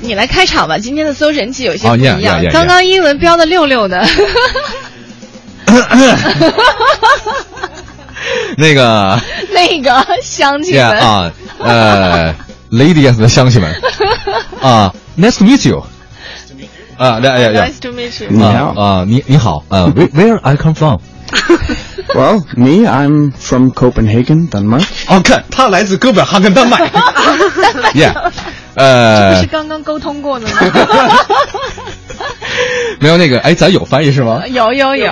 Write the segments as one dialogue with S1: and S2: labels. S1: 你来开场吧。今天的搜神记有些
S2: 哦
S1: 不一样
S2: yeah, yeah, yeah,
S1: 刚刚英文标的六六 的。
S2: 那个
S1: 那个乡亲
S2: 呀
S1: 们
S2: 啊，呃，ladies 的乡亲们啊，nice to meet you，啊，呀呀呀
S1: Nice，to meet you.
S2: 啊
S3: 你好
S2: 啊，你你好，呃，where where I come from？
S3: Well, me, I'm from Copenhagen, Denmark.
S2: 哦，看他来自哥本哈根，丹麦。Yeah，
S1: 不
S2: 呃
S1: 是，刚刚沟通过的吗？
S2: 没有那个，哎，咱有翻译是吗？
S1: 有有有，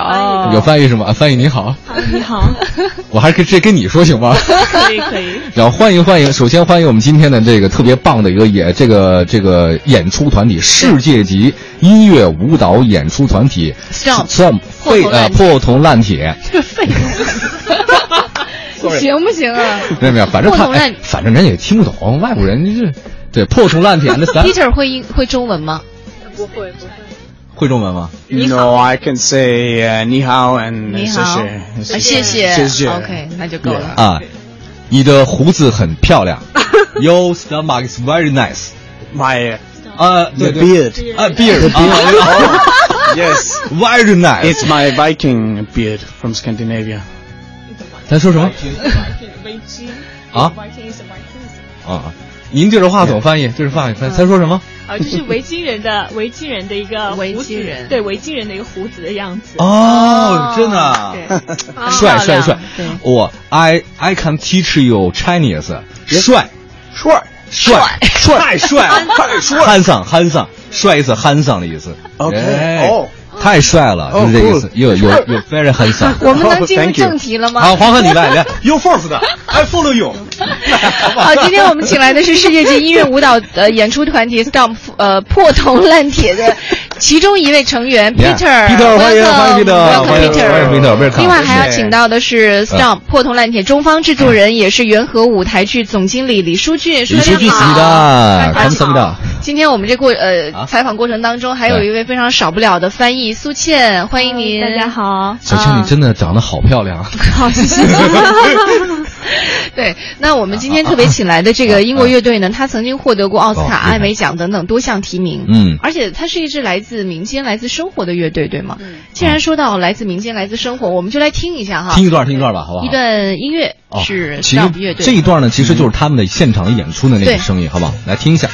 S2: 有翻译是吗？啊翻译你好，
S4: 你好，
S2: 我还是直接跟你说行吗？
S4: 可以可以，
S2: 然后欢迎欢迎，首先欢迎我们今天的这个特别棒的一个演这个这个演出团体，世界级音乐舞蹈演出团体
S1: Stomp
S2: Stomp
S1: 破铜
S2: 废呃
S1: 烂铁
S2: 破铜烂铁，
S1: 这个废 物，哦行不行啊
S2: 没有没有，反正
S1: 破
S2: 他
S1: 铜
S2: 哎
S1: 烂
S2: 反正人也听不懂，外国人就是对破铜烂铁那咱
S1: ？Peter 会英会中文吗？
S2: 会中文吗？
S3: No, I can say uh, ni hao and
S1: 你
S3: uh,
S1: 好，啊嗯谢谢
S3: 谢谢
S1: ，OK，那就够了。
S2: 啊，你的胡子很漂亮，Your stomach is very nice。
S3: My uh,
S2: 啊，
S3: the
S2: 对对，
S3: beard.
S2: 啊，beard 啊
S3: yes,
S2: ，very nice。
S3: it's my Viking beard from Scandinavia.
S2: 咱说什么？啊啊，您这是话筒翻译，这是话筒翻译。咱说什么？
S4: 啊，就是维京人的维京人的一个
S1: 维
S4: 胡子
S1: 京人
S4: 对维京人的一个胡子的样子。
S2: 哦，真的啊
S4: 对，，
S2: 帅
S1: 漂
S2: 帅
S1: 亮
S2: 帅
S1: 对！
S2: 我 I I can teach you Chinese，帅
S3: Sure.
S2: 帅帅太帅了，太帅，handsome handsome，帅意思 handsome 的意思。
S3: OK，
S2: 哎
S3: 哦，
S2: 太帅了，
S3: 哦
S2: 是这个意
S3: cool
S2: 思。有有有 very handsome。
S1: 我们能进入
S3: Thank you
S1: 正题了吗？
S2: 好，黄河你来， 来，You first，I follow you。
S1: 好，今天我们请来的是世界级音乐舞蹈呃演出团体 Stomp 呃破铜烂铁的其中一位成员
S2: Yeah.
S1: Peter，
S2: Peter，欢迎
S1: welcome，
S2: 欢迎 Peter，
S1: welcome
S2: 欢迎
S1: Peter
S2: 欢迎 Peter，welcome
S1: 另外还要
S3: 谢谢
S1: 请到的是 Stomp 破铜烂铁中方制作人，也是元和舞台剧总经理李书俊，
S2: 李书俊
S1: 好
S2: 级的，
S1: 大
S2: 看
S1: 家
S2: 什么的
S1: 好？今天我们这过呃
S2: 啊
S1: 采访过程当中，还有
S2: 对
S1: 一位非常少不了的翻译苏倩，欢迎您，
S4: 大家好，
S2: 小青，你
S1: 啊
S2: 真的长得好漂亮。啊
S1: 好，谢谢。 对，那我们今天特别请来的这个英国乐队呢，它曾经获得过奥斯
S2: 哦厉
S1: 卡、
S2: 害
S1: 艾美奖等等多项提名。
S2: 嗯
S1: 而且它是一支来自民间、来自生活的乐队，对吗？
S5: 嗯
S1: 既然说到来自民间、来自生活，我们就来听一下哈
S2: 听，一段，听一段吧，好不好？
S1: 一段音乐
S2: 哦
S1: 是
S2: 其
S1: Stomp 乐
S2: 实
S1: 队。嗯
S2: 这一段呢，其实就是他们的现场演出的那
S1: 对
S2: 个声音，好不好？来听一下。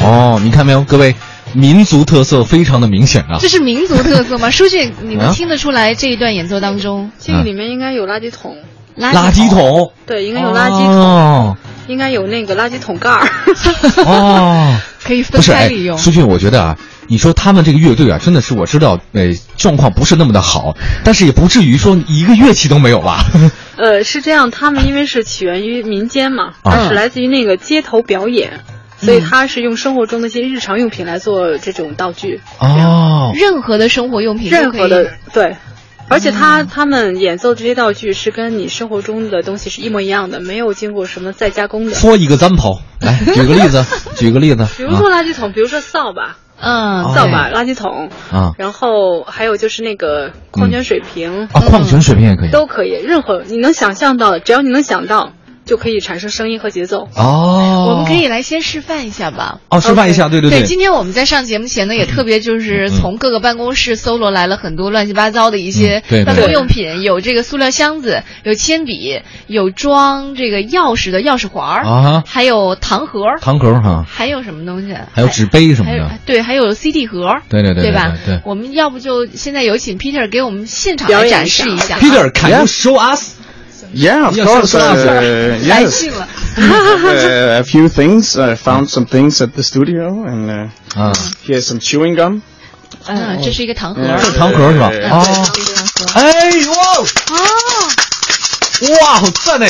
S2: 哦，你看没有，各位，民族特色非常的明显啊
S1: 这。是民族特色 吗？书俊，你能
S2: 啊
S1: 听得出来这一段演奏当中
S5: 这个里面应该有垃圾桶，
S1: 垃
S2: 垃圾桶，
S5: 对，应该有垃圾桶，
S2: 哦
S5: 应该有那个垃圾桶盖儿。
S2: 哦。
S1: 可以分
S2: 不是，
S1: 开
S2: 哎
S1: 利，用？
S2: 苏俊，我觉得啊，你说他们这个乐队啊，真的是我知道， 呃，状况不是那么的好，但是也不至于说一个乐器都没有吧？
S5: 呃，是这样，他们因为是起源于民间嘛，
S2: 啊嗯
S5: 它是来自于那个街头表演，所以它是用生活中的一些日常用品来做这种道具，
S2: 哦，
S1: 任何的生活用品都
S5: 任
S1: 可以，
S5: 何的对。而且他
S2: 嗯
S5: 他们演奏这些道具是跟你生活中的东西是一模一样的，没有经过什么再加工的。
S2: 说一个 example，来举个例子， 举个例子
S5: 比如说垃圾桶，比如说扫把、
S1: 嗯，
S2: 哦
S5: 扫把、垃圾桶，
S2: 啊
S5: 然后还有就是那个矿泉水瓶，
S2: 嗯
S5: 嗯
S2: 啊，矿泉水瓶也可以。
S5: 都可以，任何你能想象到的，只要你能想到，就可以产生声音和节奏。
S2: 哦，
S1: 我们可以来先示范一下吧。
S2: 哦，示范一下，对对
S1: 今天我们在上节目前呢，也特别就是从各个办公室搜罗来了很多乱七八糟的一些
S2: 嗯对对
S1: 办公用品，有这个塑料箱子，有铅笔，有装这个钥匙的钥匙环儿，
S2: 啊，
S1: 还有糖盒儿，
S2: 糖壳儿哈，
S1: 还有什么东西？
S2: 还有纸杯什么
S1: 还有
S2: 的，
S1: 对，还有 CD 盒儿，
S2: 对对对对
S1: 吧？
S2: 对对
S1: 我们要不就现在有请 Peter 给我们现场
S5: 表
S1: 来
S5: 演
S1: 展
S5: 一下
S1: 示一下。
S2: Peter，can you
S3: Yeah
S2: show us？
S3: Yeah, of
S2: Yeah,
S3: course.
S2: so- so-
S3: Uh,
S1: 来
S3: yes.
S1: 劲了，
S3: uh, a few things. I found some things at the studio, and uh,
S2: 啊，
S3: here's some chewing gum.
S1: 嗯，这是一个糖盒儿，
S3: 嗯
S2: 这是糖壳儿是吧
S3: 对？
S2: 哦，哎呦，哇，好赞哎，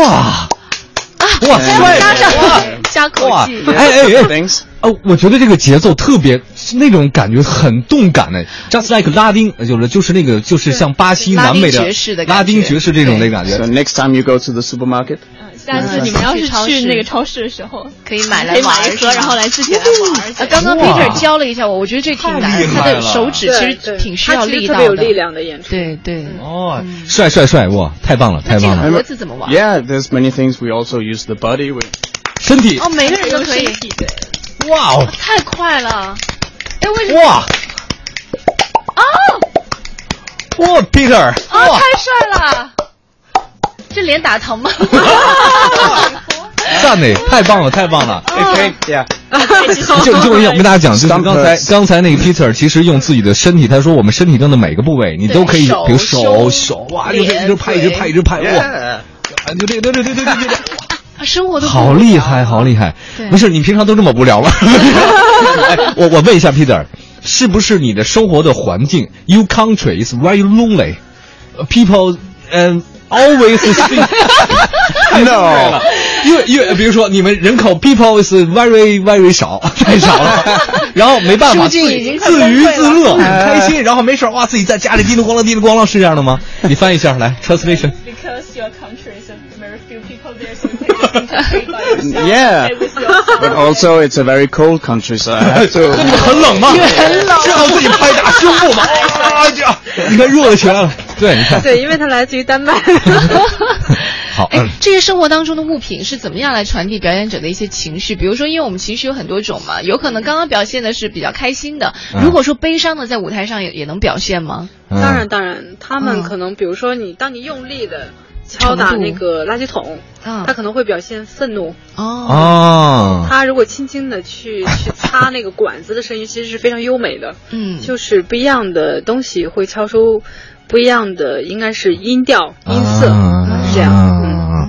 S2: 哇。哇，帅！
S1: 啊加上
S2: 哇
S1: 加口
S2: 哇
S1: 技，，
S2: 哎哎哎！
S3: Thanks.
S2: 哦，我觉得这个节奏特别，是那种感觉很动感的，just like 拉丁，呃就是就是那个就是像巴西
S1: 拉
S2: 南
S1: 丁
S2: 美的
S1: 爵士的感觉
S2: 拉丁爵士这种的感觉
S3: So。next time you go to the supermarket,
S4: 下次你们要是去那个超市的时候，
S1: 可以买来
S4: 可以买
S1: 玩
S4: 一盒，然后来自己来玩。
S1: 呃，刚刚
S2: 哇
S1: Peter 教了一下我，我觉得这挺难
S2: 太厉，
S1: 他
S2: 害
S1: 的
S2: 了
S1: 手指其实
S5: 对
S1: 挺需
S5: 他
S1: 要
S5: 其实
S1: 力
S5: 特
S1: 道
S5: 别有
S1: 的。
S5: 力量的演出。
S1: 对对，
S2: 哦，帅帅帅，哇，太棒了，太
S1: 那这
S2: 棒
S1: 个
S2: 了！
S3: 嗯
S1: 盒子怎么玩？
S3: Yeah, there's many things. We also use the body. We,
S2: 身体
S1: 哦，，每个人都可以。
S4: 对，
S2: 哇哦，
S4: 太快了，
S1: 哎，为什么？
S2: 哇，哦，哇，Peter，
S1: 啊，
S2: 哇，
S1: 太帅了！这脸打疼吗？
S2: 赞呢，太棒了，太棒了！
S1: 哦
S3: I think, yeah.
S2: 就 就我想跟大家讲，就是呃刚
S3: Stumpers
S2: 才刚才那个 Peter 其实用自己的身体，他说我们身体中的每个部位你都可以，
S1: 对手
S2: 比如手
S1: 胸
S2: 手哇，就是
S1: 脸
S2: 一直拍一直拍一直 拍，哇，
S3: Yeah.
S2: 就这个对对对对对对，
S1: 啊生活都
S2: 好厉害好厉害！
S1: 对
S2: 没事，你平常都这么无聊吗？ 哎，我我问一下 Peter，是不是你的生活的环境，You country is very lonely, people and always see
S3: No.
S2: 因为因为比如说你们人口 people is very very 少，太少了，然后没办法
S1: 数据
S2: 自
S1: 已经快
S2: 自娱
S1: 崩溃嗯
S2: 自乐，很
S3: 了
S2: 开心，然后没事儿哇自己在家里叮咚咣啷叮咚咣啷，是这样的吗？你翻译一下来 translation。
S4: Because your country is a very few people there, so you can just by yourself.
S3: Yeah.
S4: It was yourself.
S3: But also, it's a very cold country, so I have
S2: 那
S3: to.
S2: 你们很冷吗？很冷，然后自己拍打胸部 嘛，啊呀，你看热的起来了。对，你看，
S5: 对，因为它来自于丹麦。
S2: 好，
S1: 哎
S2: 嗯，
S1: 这些生活当中的物品是怎么样来传递表演者的一些情绪？比如说，因为我们情绪有很多种嘛，有可能刚刚表现的是比较开心的，
S2: 嗯
S1: 如果说悲伤的，在舞台上也也能表现吗？
S2: 嗯
S5: 哎当然，当然，他
S1: 嗯
S5: 们可能比如说你，当你用力的敲打
S1: 程度
S5: 那个垃圾桶，
S1: 啊
S5: 他，可能会表现愤怒。
S2: 啊
S1: 哦，
S2: 哦，
S5: 他如果轻轻的去去擦那个管子的声音，其实是非常优美的。
S1: 嗯，
S5: 就是不一样的东西会敲出不一样的，应该是音调、音色，
S2: 啊
S5: 是这样。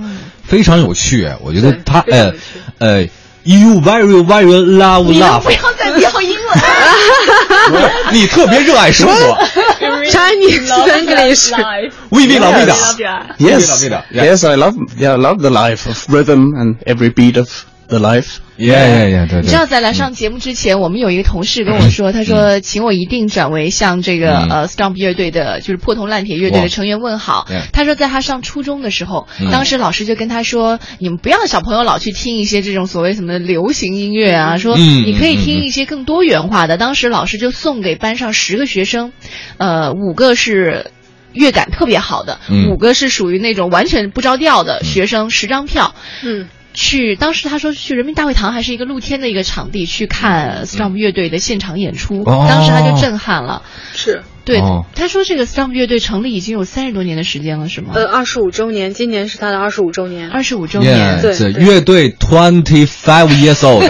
S5: 嗯，
S2: 非常有趣，我觉得
S5: 对
S2: 他，
S5: 非常
S2: 呃
S5: 有趣，
S2: 呃，You very very love
S1: 你能
S2: love，
S1: 不要再飙英文了。
S2: 你特别热爱生 活
S5: 嗯 Chinese English
S4: Life.
S2: ，We be love
S4: I
S2: it。
S4: love you.
S3: Yes.
S2: Vida, vida, yeah.
S3: Yes, I love. Yeah, I love the life of rhythm and every beat of the life.
S2: Yeah yeah yeah，对
S1: 你知道，
S2: 对。
S1: 在来上节目之前，我们有一个同事跟我说，他说请我一定转为向这个
S2: 嗯
S1: 呃 Stomp 乐队的，就是破铜烂铁乐队
S2: 哇
S1: 的成员问好
S2: Yeah。
S1: 他说，在他上初中的时候
S2: 嗯，
S1: 当时老师就跟他说，你们不要小朋友老去听一些这种所谓什么流行音乐啊，说
S2: 嗯
S1: 你可以听一些更多元化的。当时老师就送给班上十个学生，呃，五个是。乐感特别好的
S2: 嗯，
S1: 五个是属于那种完全不着调的学生，十张票，
S5: 嗯，
S1: 去，当时他说去人民大会堂还是一个露天的一个场地去看 Stomp 乐队的现场演出，
S2: 嗯哦
S1: 当时他就震撼了。
S5: 是。
S1: 对，
S2: 哦
S1: 他说这个 Stomp 乐队成立已经有三十多年的时间了，是吗？
S5: 呃，二十五周年，今年是他的二十五周年。
S1: 二十五周年
S2: Yeah，
S5: 对
S2: 这
S5: 对
S2: 乐队 twenty five years old，twenty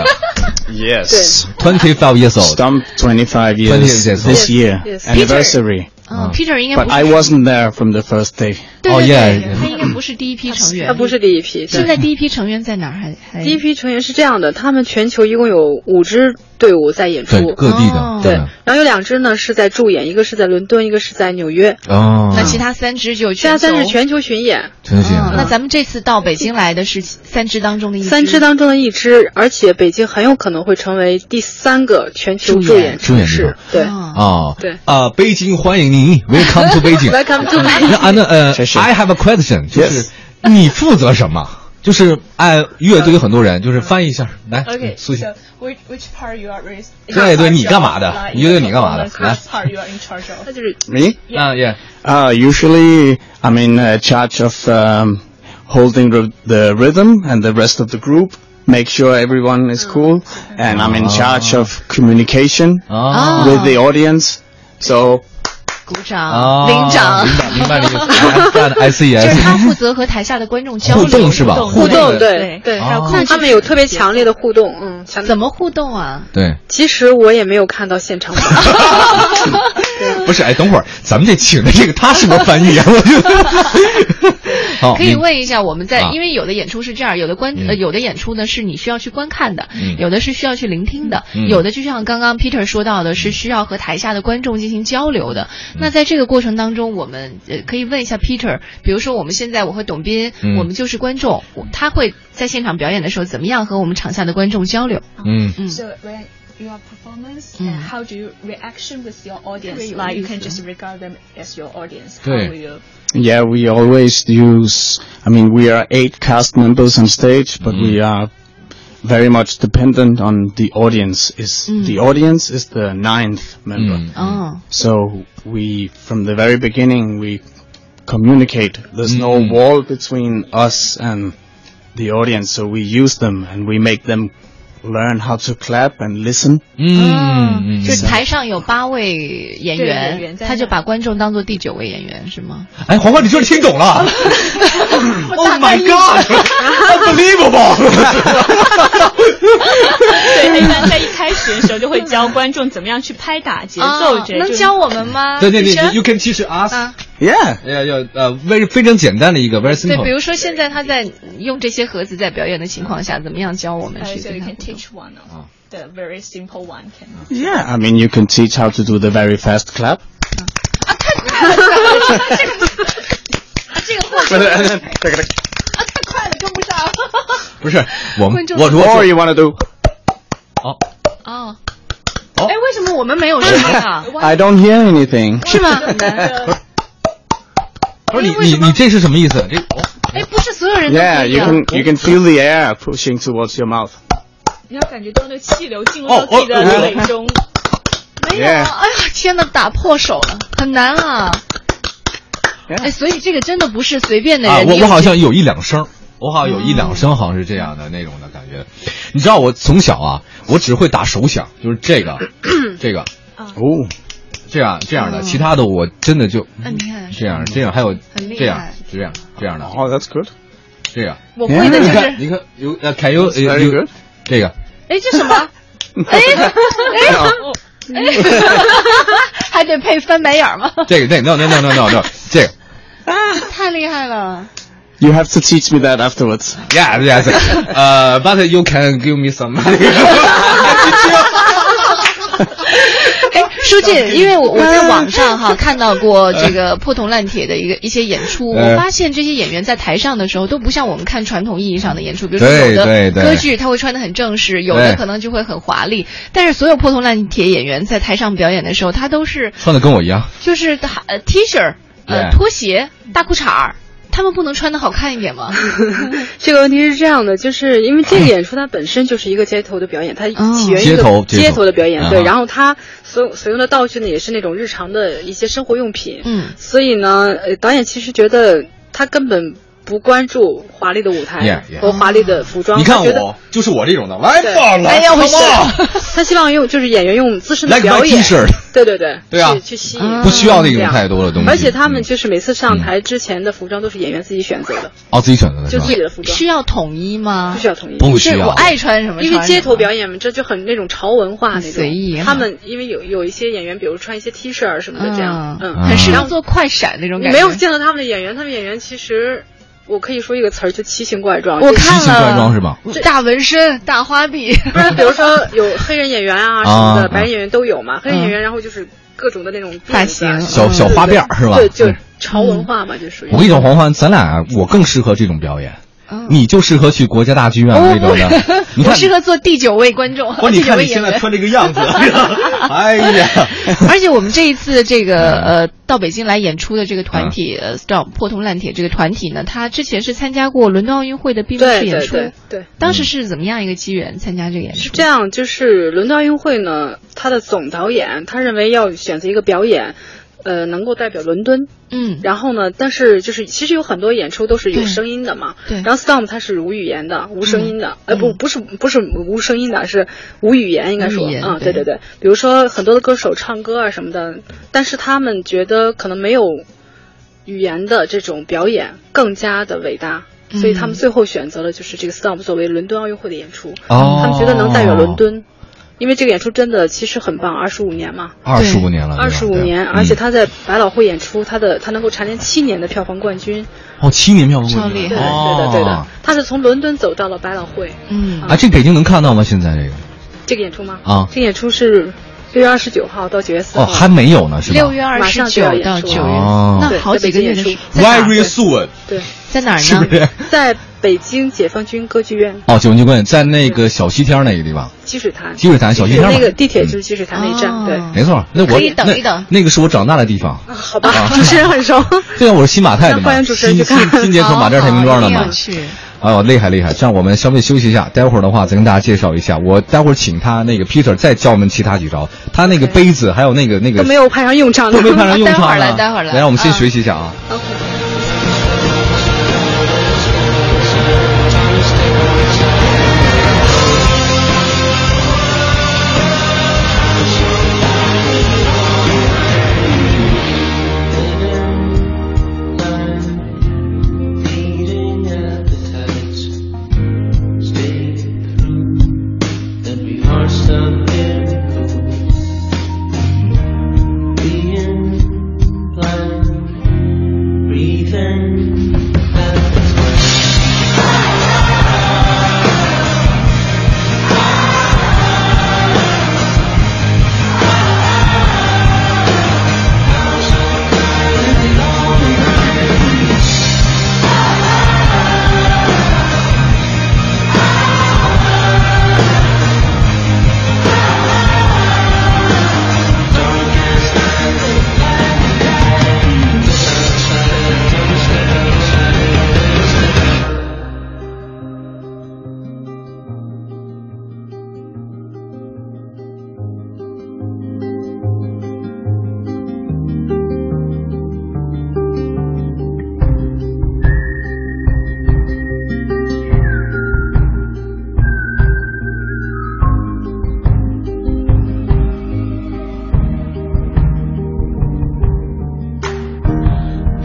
S3: Yes.
S2: five years old。
S3: Stump
S2: 25
S3: 25 years
S2: years old.
S3: this year
S5: Yes.
S3: anniversary.
S1: 嗯，Peter 应该
S3: But
S1: 不是
S3: I wasn't there from the first day.
S1: 对
S2: 啊哦
S1: 对
S2: ，yeah，
S1: 对，
S2: yeah
S1: 他应该不是第一批成员，
S5: 他不是。第一批，对
S1: 现在第一批成员在哪儿？还还
S5: 第一批成员是这样的，他们全球一共有五支队伍在演
S2: 对
S5: 出，
S2: 各地的
S1: 哦，
S5: 对，然后有两支呢是在驻演，一个是在伦敦，一个是在纽约，
S2: 哦，
S1: 那其他三支就
S5: 其
S1: 球
S5: 他三是全球巡演，
S2: 真行，
S1: 嗯那咱们这次到北京来的是三支当中的一
S5: 三支
S1: 支
S5: 当中的一支，而且北京很有可能会成为第三个全球
S1: 驻
S5: 驻
S1: 演
S5: 演
S2: 驻演地
S5: 城市，对。
S1: 啊，
S2: 哦，
S5: 对
S2: 啊，北京欢迎您，Welcome to 北京。
S5: Welcome to
S2: 那啊，那呃
S3: 谢谢
S2: ，I have a question，就是
S3: Yes
S2: 你负责什么？就是哎按乐队有很多人，就是翻译一下，来，
S4: Okay,
S2: 嗯苏醒
S4: so。which which part you are is
S2: 对对你干嘛的你觉得你干嘛的来
S4: Which part you are in charge of？
S5: 他就是
S3: Me?
S2: 啊，yeah，
S3: Uh, usually I'm in uh, charge of um, holding r- the rhythm and the rest of the group, make sure everyone is cool, and I'm in charge of communication
S2: 啊
S1: 啊
S3: with the audience. So
S1: 鼓
S2: 啊，
S1: 掌，领掌，
S2: 明白明白明白，干 I C
S1: 就是
S2: S，
S1: 他负责和台下的观众交
S2: 嗯互
S1: 流
S2: 动是吧？
S5: 互动，
S2: 对
S5: 对对，哦
S2: 还有控
S1: 制
S5: 他们有特别强烈的互动，嗯，强
S1: 怎么互动啊？
S2: 对，
S5: 其实我也没有看到 现场版，
S2: 不是，哎，等会儿咱们这请的这个他是个翻译啊，我觉 得。 好，
S1: 可以
S2: 哦明
S1: 问一下，我们在、
S2: 啊
S1: 因为有的演出是这样，有的观、
S2: 嗯
S1: 呃有的演出呢是你需要去观看的，
S2: 嗯
S1: 有的是需要去聆听的，
S2: 嗯
S1: 有的就像刚刚 Peter 说到的，是需要和台下的观众进行交流的。
S2: 嗯
S1: 那在这个过程当中，我们呃可以问一下 Peter，比如说我们现在我和董斌，
S2: 嗯
S1: 我们就是观众，我他会在现场表演的时候怎么样和我们场下的观众交流？
S2: 嗯
S1: 嗯
S4: So when your performance and how do you reaction with your audience? Like you can just regard them as your audience. How
S2: Yeah.
S4: will you?
S3: Yeah, we always use. I mean, we are eight cast members on stage, but we are very much dependent on the audience. Is the audience is the ninth
S2: 嗯
S3: member.
S1: 哦，
S3: So we, from the very beginning, we communicate. There's
S2: Mm.
S3: no wall between us and the audience, so we use them and we make them learn how to clap and listen.
S2: 嗯，嗯
S1: 就是台上有八位演
S4: 对
S1: 员，
S4: 演员在
S1: 他就
S4: 那
S1: 把观众当做第九位演员是吗？
S2: 哎，黄黄，你居然听懂 了！Oh my god，unbelievable！
S4: 对，他一般在一开始的时候就会教观众怎么样去拍 打节奏
S1: 啊
S4: 之类。
S1: 能
S4: 就是
S1: 教我们吗？
S2: 对对
S1: 女
S2: 对
S1: 生
S2: ，You can teach us，
S1: 啊
S3: Yeah.
S2: 要要呃，very 非常简单的一个 very
S1: 对，比
S2: simple。
S1: 如说现在他在用这些盒子在表演的情况下，怎么样教我们
S4: Uh,
S1: 去
S4: so
S1: 跟
S4: you
S1: 他
S4: can
S1: 互动？
S4: teach one of
S2: 啊
S4: the very simple one. Can
S3: Yeah, I mean, you can teach how to do the very fast clap.
S1: 啊
S2: 不是我们
S1: 观，众
S2: 我我
S3: Or you want to do?
S2: 哦，
S1: 哦，
S2: 哦
S1: 哎，为什么我们没有声音啊？
S3: I don't hear anything.
S1: 是吗？
S2: 不是你
S1: 为
S2: 你
S1: 什么
S2: 你这是什么意思？这哦
S1: 哎，不是所有人都
S3: Yeah,
S1: 可以
S3: you
S1: 啊。
S3: can you can feel the air pushing towards your mouth.
S4: 你要感觉到那个气流进入到
S2: 哦
S4: 自己的
S2: 哦
S4: 嘴中。
S1: 没有啊！哎呀，天哪，打破手了，很难啊！
S3: Yeah.
S1: 哎，所以这个真的不是随便的
S2: 啊，
S1: 人。
S2: 我
S1: 你有
S2: 我
S1: 哦
S2: 好像有一两声儿，我好像有一两声，好像是这样的那种的感觉。你知道我从小啊，我只会打手响，就是 这个这个
S3: Oh,
S2: 这样这样的，其他的我真的就
S1: 啊嗯你看
S2: 这样这样，还有
S1: 很厉害
S2: 这样这样这样的
S3: oh, that's good.
S2: 这个。
S1: 我会的就
S2: 你
S1: 是，
S2: 看，你看，有呃，凯优
S3: It's very
S2: 有
S3: good.
S2: 这个，
S1: 哎，这什么？哎哎哎， 还得配翻白眼儿吗？
S2: 这个，这个，no no no no no no，这个
S1: 太厉害了！
S3: You have to teach me that afterwards.
S2: ，yeah yes，呃，but you can give me some money，
S1: 哎，书记，因为我我嗯在网上 哈看到过这个破铜烂铁的一个一些演出，
S2: 呃
S1: 我发现这些演员在台上的时候都不像我们看传统意义上的演出，比如说
S2: 对
S1: 有的
S2: 对对
S1: 歌剧他会穿的很正式，有的
S2: 对
S1: 可能就会很华丽，但是所有破铜烂铁演员在台上表演的时候，他都是
S2: 穿的跟我一样，
S1: 就是呃 T 恤、呃
S2: 对
S1: 拖鞋、大裤衩儿，他们不能穿的好看一点吗？
S5: 这个问题是这样的，就是因为这个演出它本身就是一个街头的表演，它
S1: 哦
S5: 起源于一
S2: 街
S5: 个
S2: 头街头
S5: 街头的表演，
S2: 啊
S5: 对。然后它所用所用的道具呢，也是那种日常的一些生活用品。
S1: 嗯
S5: 所以呢，呃，导演其实觉得他根本不关注华丽的舞台
S2: Yeah, yeah
S5: 和华丽的服装。
S2: 你看
S5: 他觉得
S2: 我就是我这种的，来
S5: 对
S2: 吧，来，
S1: 哎呀，我是
S5: 他希望用就是演员用自身的
S2: Like my
S5: 表演
S2: T-shirt
S5: 对对对，
S2: 对啊
S5: 去去吸
S1: 啊
S5: 引，
S2: 不需要那种
S5: 这样
S2: 太多的东西
S5: 而且他
S2: 嗯
S5: 们就是每次上台之前的服装都是演员自己选择的，
S2: 哦，自己选择的是
S5: 就
S2: 吧
S5: 自？己的服装
S1: 需，要统一吗？
S5: 不需要统一。
S2: 不
S1: 是
S2: 需要，
S1: 我爱穿什么穿什
S5: 因
S1: 么，
S5: 为街头表演嘛，这就很那种潮文化那种。
S1: 随意哈
S5: 他们因为有有一些演员，比如穿一些 T 恤儿什么的这样，嗯，
S1: 很适
S5: 然
S1: 合
S5: 后
S1: 做快闪
S2: 嗯
S1: 那种
S5: 你
S1: 感觉。
S5: 没有见到他们的演员，他们演员其实我可以说一个词儿，就奇形怪状。
S1: 我
S5: 就
S1: 看
S2: 奇形怪状
S1: 了，
S2: 是吧？
S1: 大纹身、大花 臂，
S5: 不然比如说有黑人演员啊什么
S2: 啊
S5: 的，白人演员都有嘛。黑人演员然后就是各种的那种
S1: 发
S5: 辫子啊
S1: 型
S5: 什么的
S2: 小小花辫儿是吧
S5: 对，就
S2: 嗯
S5: 潮文化嘛，就属于。
S2: 我跟你讲，黄欢，咱俩我更适合这种表演，
S5: 嗯
S2: 你就适合去国家大剧院
S1: 哦
S2: 那种的。你
S1: 嗯我
S2: 看， 哦
S1: 适合做第九位观众，
S2: 哇
S1: 第九位演员。
S2: 这个样子， 哎呀， 嗯
S1: 而且我们这一次这个呃到北京来演出的这个团体呃 Stop 破铜烂铁这个团体呢，他之前是参加过伦敦奥运会的闭幕
S5: 对
S1: 式
S5: 对
S1: 演出，
S5: 对对。
S2: 嗯
S1: 当时是怎么样一个机缘参加这个演出？
S5: 是这样，就是伦敦奥运会呢，它的总导演他认为要选择一个表演，呃，能够代表伦敦，
S1: 嗯，
S5: 然后呢，但是就是其实有很多演出都是有
S1: 对
S5: 声音的嘛。
S1: 对
S5: 然后 Storm 它是无语言的，无声音的，呃，不，
S1: 嗯
S5: 不是不是无声音的，是无语言应该说
S1: 无语言
S5: 啊、
S1: 对
S5: 对对对。比如说很多的歌手唱歌啊什么的，但是他们觉得可能没有语言的这种表演更加的伟大。所以他们
S1: 嗯
S5: 最后选择了就是这个 Storm 作为伦敦奥运会的演出，
S2: 哦
S5: 他们觉得能代表伦敦，因为这个演出真的其实很棒，二十五年嘛，
S2: 二十五年了，
S5: 二十五
S2: 对吧
S5: 年，
S2: 对嗯
S5: 而
S1: 嗯
S5: 且他在百老汇演出，他的他能够蝉联七年的票房冠军，
S2: 哦，七年票房冠
S1: 超
S2: 军，
S1: 厉害
S5: 对
S1: 对
S5: 的
S2: 哦
S5: 对的对的，他是从伦敦走到了百老汇，
S1: 嗯
S2: 啊，这北京能看到吗？现在这个
S5: 这个演出吗？
S2: 啊
S5: 这个演出是六月二十九号到九月四
S2: 哦，
S5: 号，
S2: 还没有呢，是吧？
S1: 六月二
S5: 马
S1: 十
S5: 上就
S1: 九
S5: 要演
S1: 到
S5: 出
S1: 九月，
S2: 了哦
S1: 那好几个月的
S5: 对在北京演
S1: 在哪儿
S2: soon，
S5: 对，
S1: 在哪儿
S2: 是不
S1: 呢？
S2: 是？
S5: 在北京解放军歌剧院
S2: 哦，解放军歌剧院在那个小西天儿那个地方，
S5: 积水潭，
S2: 积水潭小西
S5: 就
S2: 天儿
S5: 那
S2: 嘛
S5: 个地铁就是积水潭那一站，
S1: 嗯
S5: 对，
S1: 哦
S2: 没错，那我
S1: 可以等一等
S2: 那，那个是我长大的地方。
S5: 啊好
S2: 哦
S5: 吧，主持人很 熟，
S2: 对啊，我是新马泰的嘛，
S5: 欢迎主持人
S2: 新
S5: 去看
S2: 新新街口马甸太平庄的
S1: 好
S2: 嘛
S1: 哦好一定要。去
S2: 哎呦，厉害厉害！这样我们稍微休息一下，待会儿的话再跟大家介绍一下。我待会儿请他那个 Peter 再教我们其他几招，他那个杯子还有那个那个
S5: 都没有派上用场的
S2: 都。没派上用场
S1: 待会儿
S2: 了
S1: 来待会儿来
S2: 来，我们
S1: 嗯
S2: 先学习一下啊。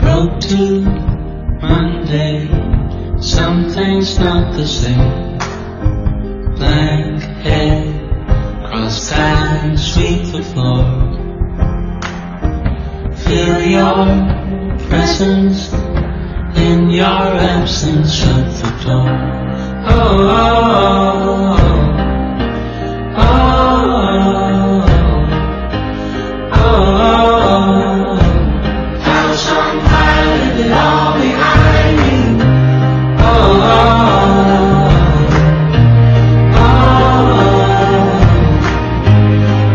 S6: Road to Monday, something's not the same. Blank head, cross time, sweep the floor. Feel your presence in your absence, shut the door. Oh, oh, oh, oh, oh, oh, oh. House on fire, leave it all behind me. Oh, oh, oh,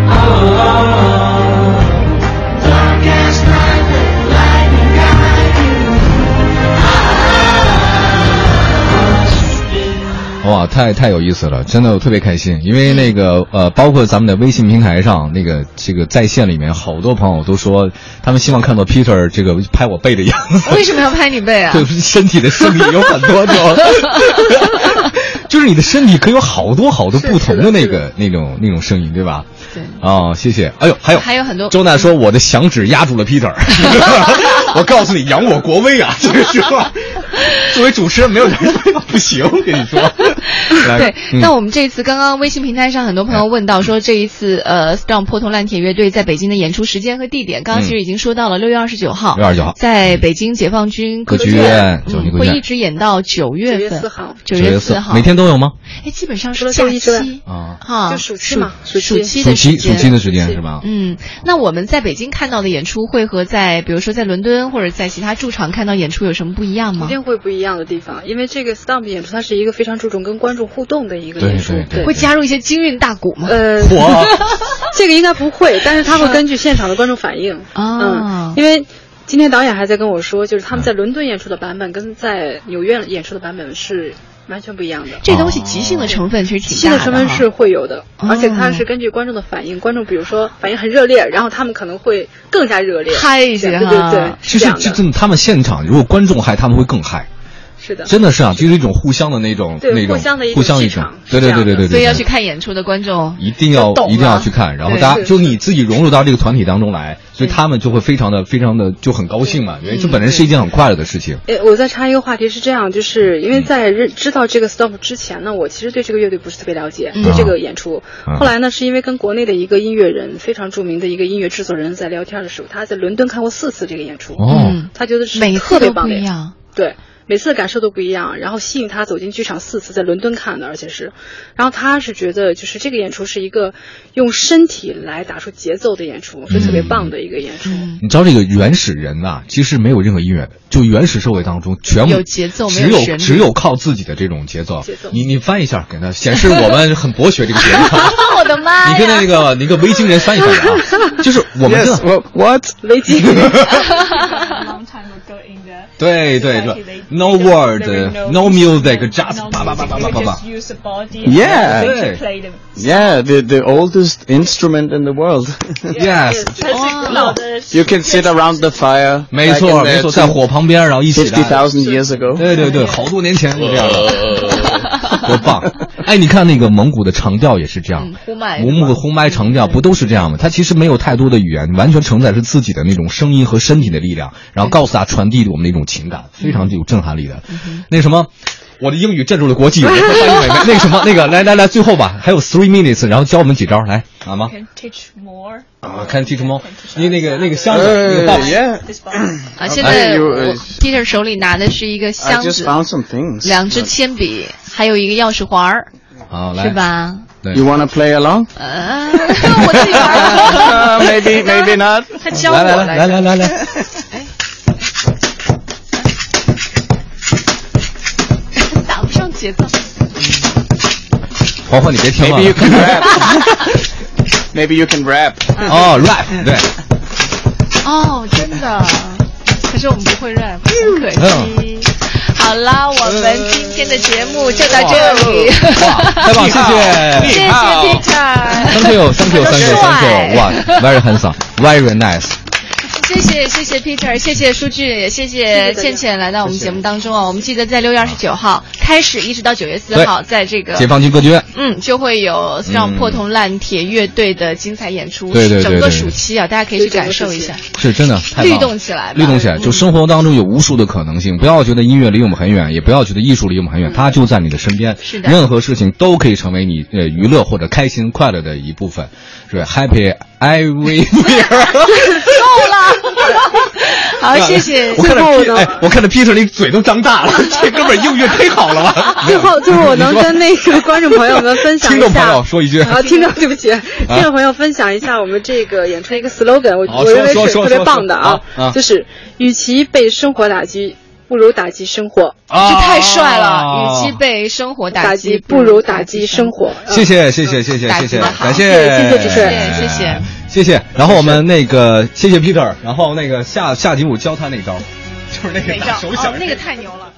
S6: oh, oh, oh. Darkest night, let the lightning guide you. Oh, oh, oh.
S1: 啊
S2: 哇，太太有意思了，真的我特别开心，因为那个呃，包括咱们的微信平台上那个这个在线里面，好多朋友都说他们希望看到 Peter 这个拍我背的样子，
S1: 为什么要拍你背啊？
S2: 对身体的声音有很多种， 就是你的身体可以有好多好多不同的那个那种那种声音，对吧？
S1: 对。
S2: 哦，谢谢。哎呦，还有
S1: 还有很多
S2: 周娜说我的响指压住 了 Peter，我告诉你，扬我国威啊！这个时候，作为主持人没有人不行，跟你 说。来
S1: 对，
S2: 嗯
S1: 那我们这次刚刚微信平台上很多朋友问到说，这一次呃，Storm 破铜烂铁乐队在北京的演出时间和地点，刚刚其实已经说到了六月二十九号，
S2: 嗯6月29号
S1: 在北京解放军
S2: 歌剧院
S1: 院，
S2: 九零
S1: 嗯
S2: 歌剧
S1: 会
S2: 院
S1: 一直演到九月份，
S5: 9月4号
S1: 九
S2: 九月
S1: 四
S2: 四
S1: 号，
S2: 每天都有吗？
S1: 哎，基本上
S5: 除
S1: 是
S5: 了
S1: 假
S5: 周一之外
S1: 期
S2: 啊，
S1: 哈，
S5: 就暑期嘛
S1: 暑
S5: 暑期
S1: 期
S2: 暑
S1: 的
S2: 期
S1: 时
S2: 暑
S1: 间，
S2: 期的时间是吧？
S1: 嗯，那我们在北京看到的演出会和在比如说在伦敦或者在其他驻场看到演出有什么不一样
S5: 一
S1: 吗？
S5: 定会不一样的地方，因为这个 Stomp 演出它是一个非常注重跟观众互动的一个演出
S2: 对，对
S1: 会加入一些京韵大鼓吗？
S5: 呃，
S2: 我
S5: 这个应该不会，但是他会根据现场的观众反应。
S1: 哦
S5: 嗯，因为今天导演还在跟我说，就是他们在伦敦演出的版本跟在纽约演出的版本是完全不一样的。
S1: 这东西即兴的啊成分其实挺
S5: 新
S1: 大哈
S5: 的身份是会有的，
S1: 哦
S5: 而且它是根据观众的反应，观众比如说反应很热烈，然后他们可能会更加热烈，
S1: 嗨一些
S5: 对对对
S1: 哈，
S2: 就是
S5: 这样
S2: 就
S5: 的，
S2: 就他们现场，如果观众嗨，他们会更嗨，
S5: 是的，
S2: 真的是啊，就是一种互相的那种
S5: 对
S2: 那种
S5: 互相的一种
S2: 互相一
S5: 气
S2: 种
S5: 场，
S2: 对对对对对对，
S1: 所以要
S2: 对
S1: 去看演出的观众
S2: 一定要
S1: 就懂了
S2: 一定要去看，然后大家
S5: 对
S2: 就你自己融入到这个团体当中来，所以他们就会非常的非常的就很高兴
S1: 嗯
S2: 嘛，因为这本身是一件很快乐的事情。
S5: 诶，我再插一个话题是这样，就是因为在认知道这个 Stop 之前呢，我其实对这个乐队不是特别了解，
S1: 嗯
S5: 对这个演出。
S2: 嗯
S5: 后来呢，是因为跟国内的一个音乐人，非常著名的一个音乐制作人在聊天的时候，他在伦敦看过四次这个演出，
S2: 哦，
S1: 嗯
S5: 他觉得是
S1: 每一次
S5: 特别
S1: 都
S5: 棒
S1: 不
S5: 的
S1: 一
S5: 演出。
S1: 样。
S5: 对，每次的感受都不一样。然后吸引他走进剧场四次，在伦敦看的，而且是，然后他是觉得就是这个演出是一个用身体来打出节奏的演出，所以特别棒的一个演出。
S1: 嗯
S2: 你知道这个原始人呐、其实没有任何音乐，就原始社会当中全部
S1: 有节奏没有
S2: 只有
S1: 旋律
S2: 只有靠自己的这种节奏。
S5: 节奏
S2: 你你翻一下，给他显 示我们很博学这个节奏。
S1: 我的妈
S2: 你跟那个你跟维京人翻译翻译啊，就是我们
S3: Yes,
S2: 的。
S3: well, what?
S5: 围巾
S4: A long time ago in the
S2: 对对对
S4: society, they-
S2: ，no
S4: they-
S2: word, uh,
S4: there were no
S2: no music,
S4: no-
S2: just
S4: no
S2: 叭叭叭叭叭
S4: music, you
S2: 叭叭
S4: just。use the body.
S3: Yeah.
S4: and you
S2: Yeah.
S4: play the
S3: Yeah, the, the oldest instrument in the world.
S2: Yes，
S5: 哦
S3: you can sit around the fire.
S2: 没错没错，在火旁边，然后一起
S3: 50,000哦
S2: 来。
S3: years ago.
S2: 对对对，好多年前就这样的， 多棒！哎，你看那个蒙古的长调也是这样
S1: 嗯，呼麦
S2: 蒙古呼麦长调不都是这样吗？它其实没有太多的语言，完全承载是自己的那种声音和身体的力量，然后告诉他传递我们的一种情
S1: 嗯
S2: 感，非常具有震撼力的。那什么。我的英语震住了国 际友人，那个什么，那个来来来，最后吧，还有 three minutes，然后教我们几招，来，好吗？
S4: can teach more.
S2: 啊，看 T 出猫，你那个那个箱子，那个
S3: Uh,
S2: 包
S3: yeah,
S1: 啊！现在
S3: you- uh,
S1: 我 Peter 手里拿啊的是一个
S3: I
S1: 箱
S3: just
S1: 子，
S3: found some things.
S1: 两支铅笔，还有一个钥匙环儿，
S2: 好来
S1: 是？吧？
S2: 对
S3: You，wanna play along?
S1: 呃，我自己玩
S3: Uh, maybe, maybe not.
S1: 他教我
S2: 来来来来
S1: 着
S2: 来来 哎来，
S1: 打不上节奏。
S2: 黄黄你别听了
S3: Maybe you can rap. maybe you can rap.
S2: 哦，rap 对，
S1: 哦，真的。可是我们不会 rap，很可
S2: 嗯
S1: 惜。好啦，我们今天的节目就到这里。
S2: 哇，太棒，谢
S1: 谢
S2: 谢
S1: 谢 Peter，
S2: ，thank you，thank you，thank you，thank you，哇，very handsome，very nice，
S1: 谢谢谢谢 Peter，谢谢舒俊，也谢谢倩倩来到我们节目当中啊。我们记得在六月二十九号开始，一直到九月四号，在这个
S2: 解放军歌剧院，
S1: 嗯，就会有让
S2: 嗯
S1: 破铜烂铁乐队的精彩演出，
S2: 对对对
S1: 整个
S2: 对
S1: 暑期啊，大家可以去
S5: 对整
S1: 感
S5: 个暑
S1: 受一
S5: 期
S1: 下。
S2: 是真的太棒了
S1: 律动起来吧
S2: 律动起来，就生活当中有无数的可能性，不要觉得音乐离我们很远，也不要觉得艺术离我们很远，它就在你的身边，
S1: 是的
S2: 任何事情都可以成为你呃娱乐或者开心快乐的一部分，是吧 happy everywhere。
S1: 够了，好，啊谢谢。
S2: 我看着
S5: 最后
S2: P-
S5: 呢
S2: 哎，我看着 Peter 那嘴都张大了，这哥们儿音乐忒好了吧？
S5: 最后，最后我能
S2: 你说
S5: 跟那个观众朋友们分享
S2: 听
S5: 一下，
S2: 众朋友说一句
S5: 啊，听众，对不起，听众朋友分享一下我们这个演出的一个 slogan，我、
S2: 好
S5: 我认为
S2: 说
S5: 是
S2: 说
S5: 特别
S2: 说
S5: 棒的啊，
S2: 说啊啊
S5: 就是与其被生活打击，不如打击生活；
S1: 这
S2: 啊
S1: 太帅了，与其被生活
S5: 打
S1: 击，
S5: 击不如打击生。活。啊
S2: 谢谢谢谢谢谢
S1: 打
S2: 谢
S1: 击
S2: 谢
S1: 得，好
S2: 感
S5: 谢谢谢谢主持人
S1: 谢谢
S2: 谢谢。然后我们那个谢谢 Peter，然后那个下下集我教他那招，就是那个
S1: 哪
S2: 打
S1: 招？
S2: 手响
S1: 哦，那个太牛了。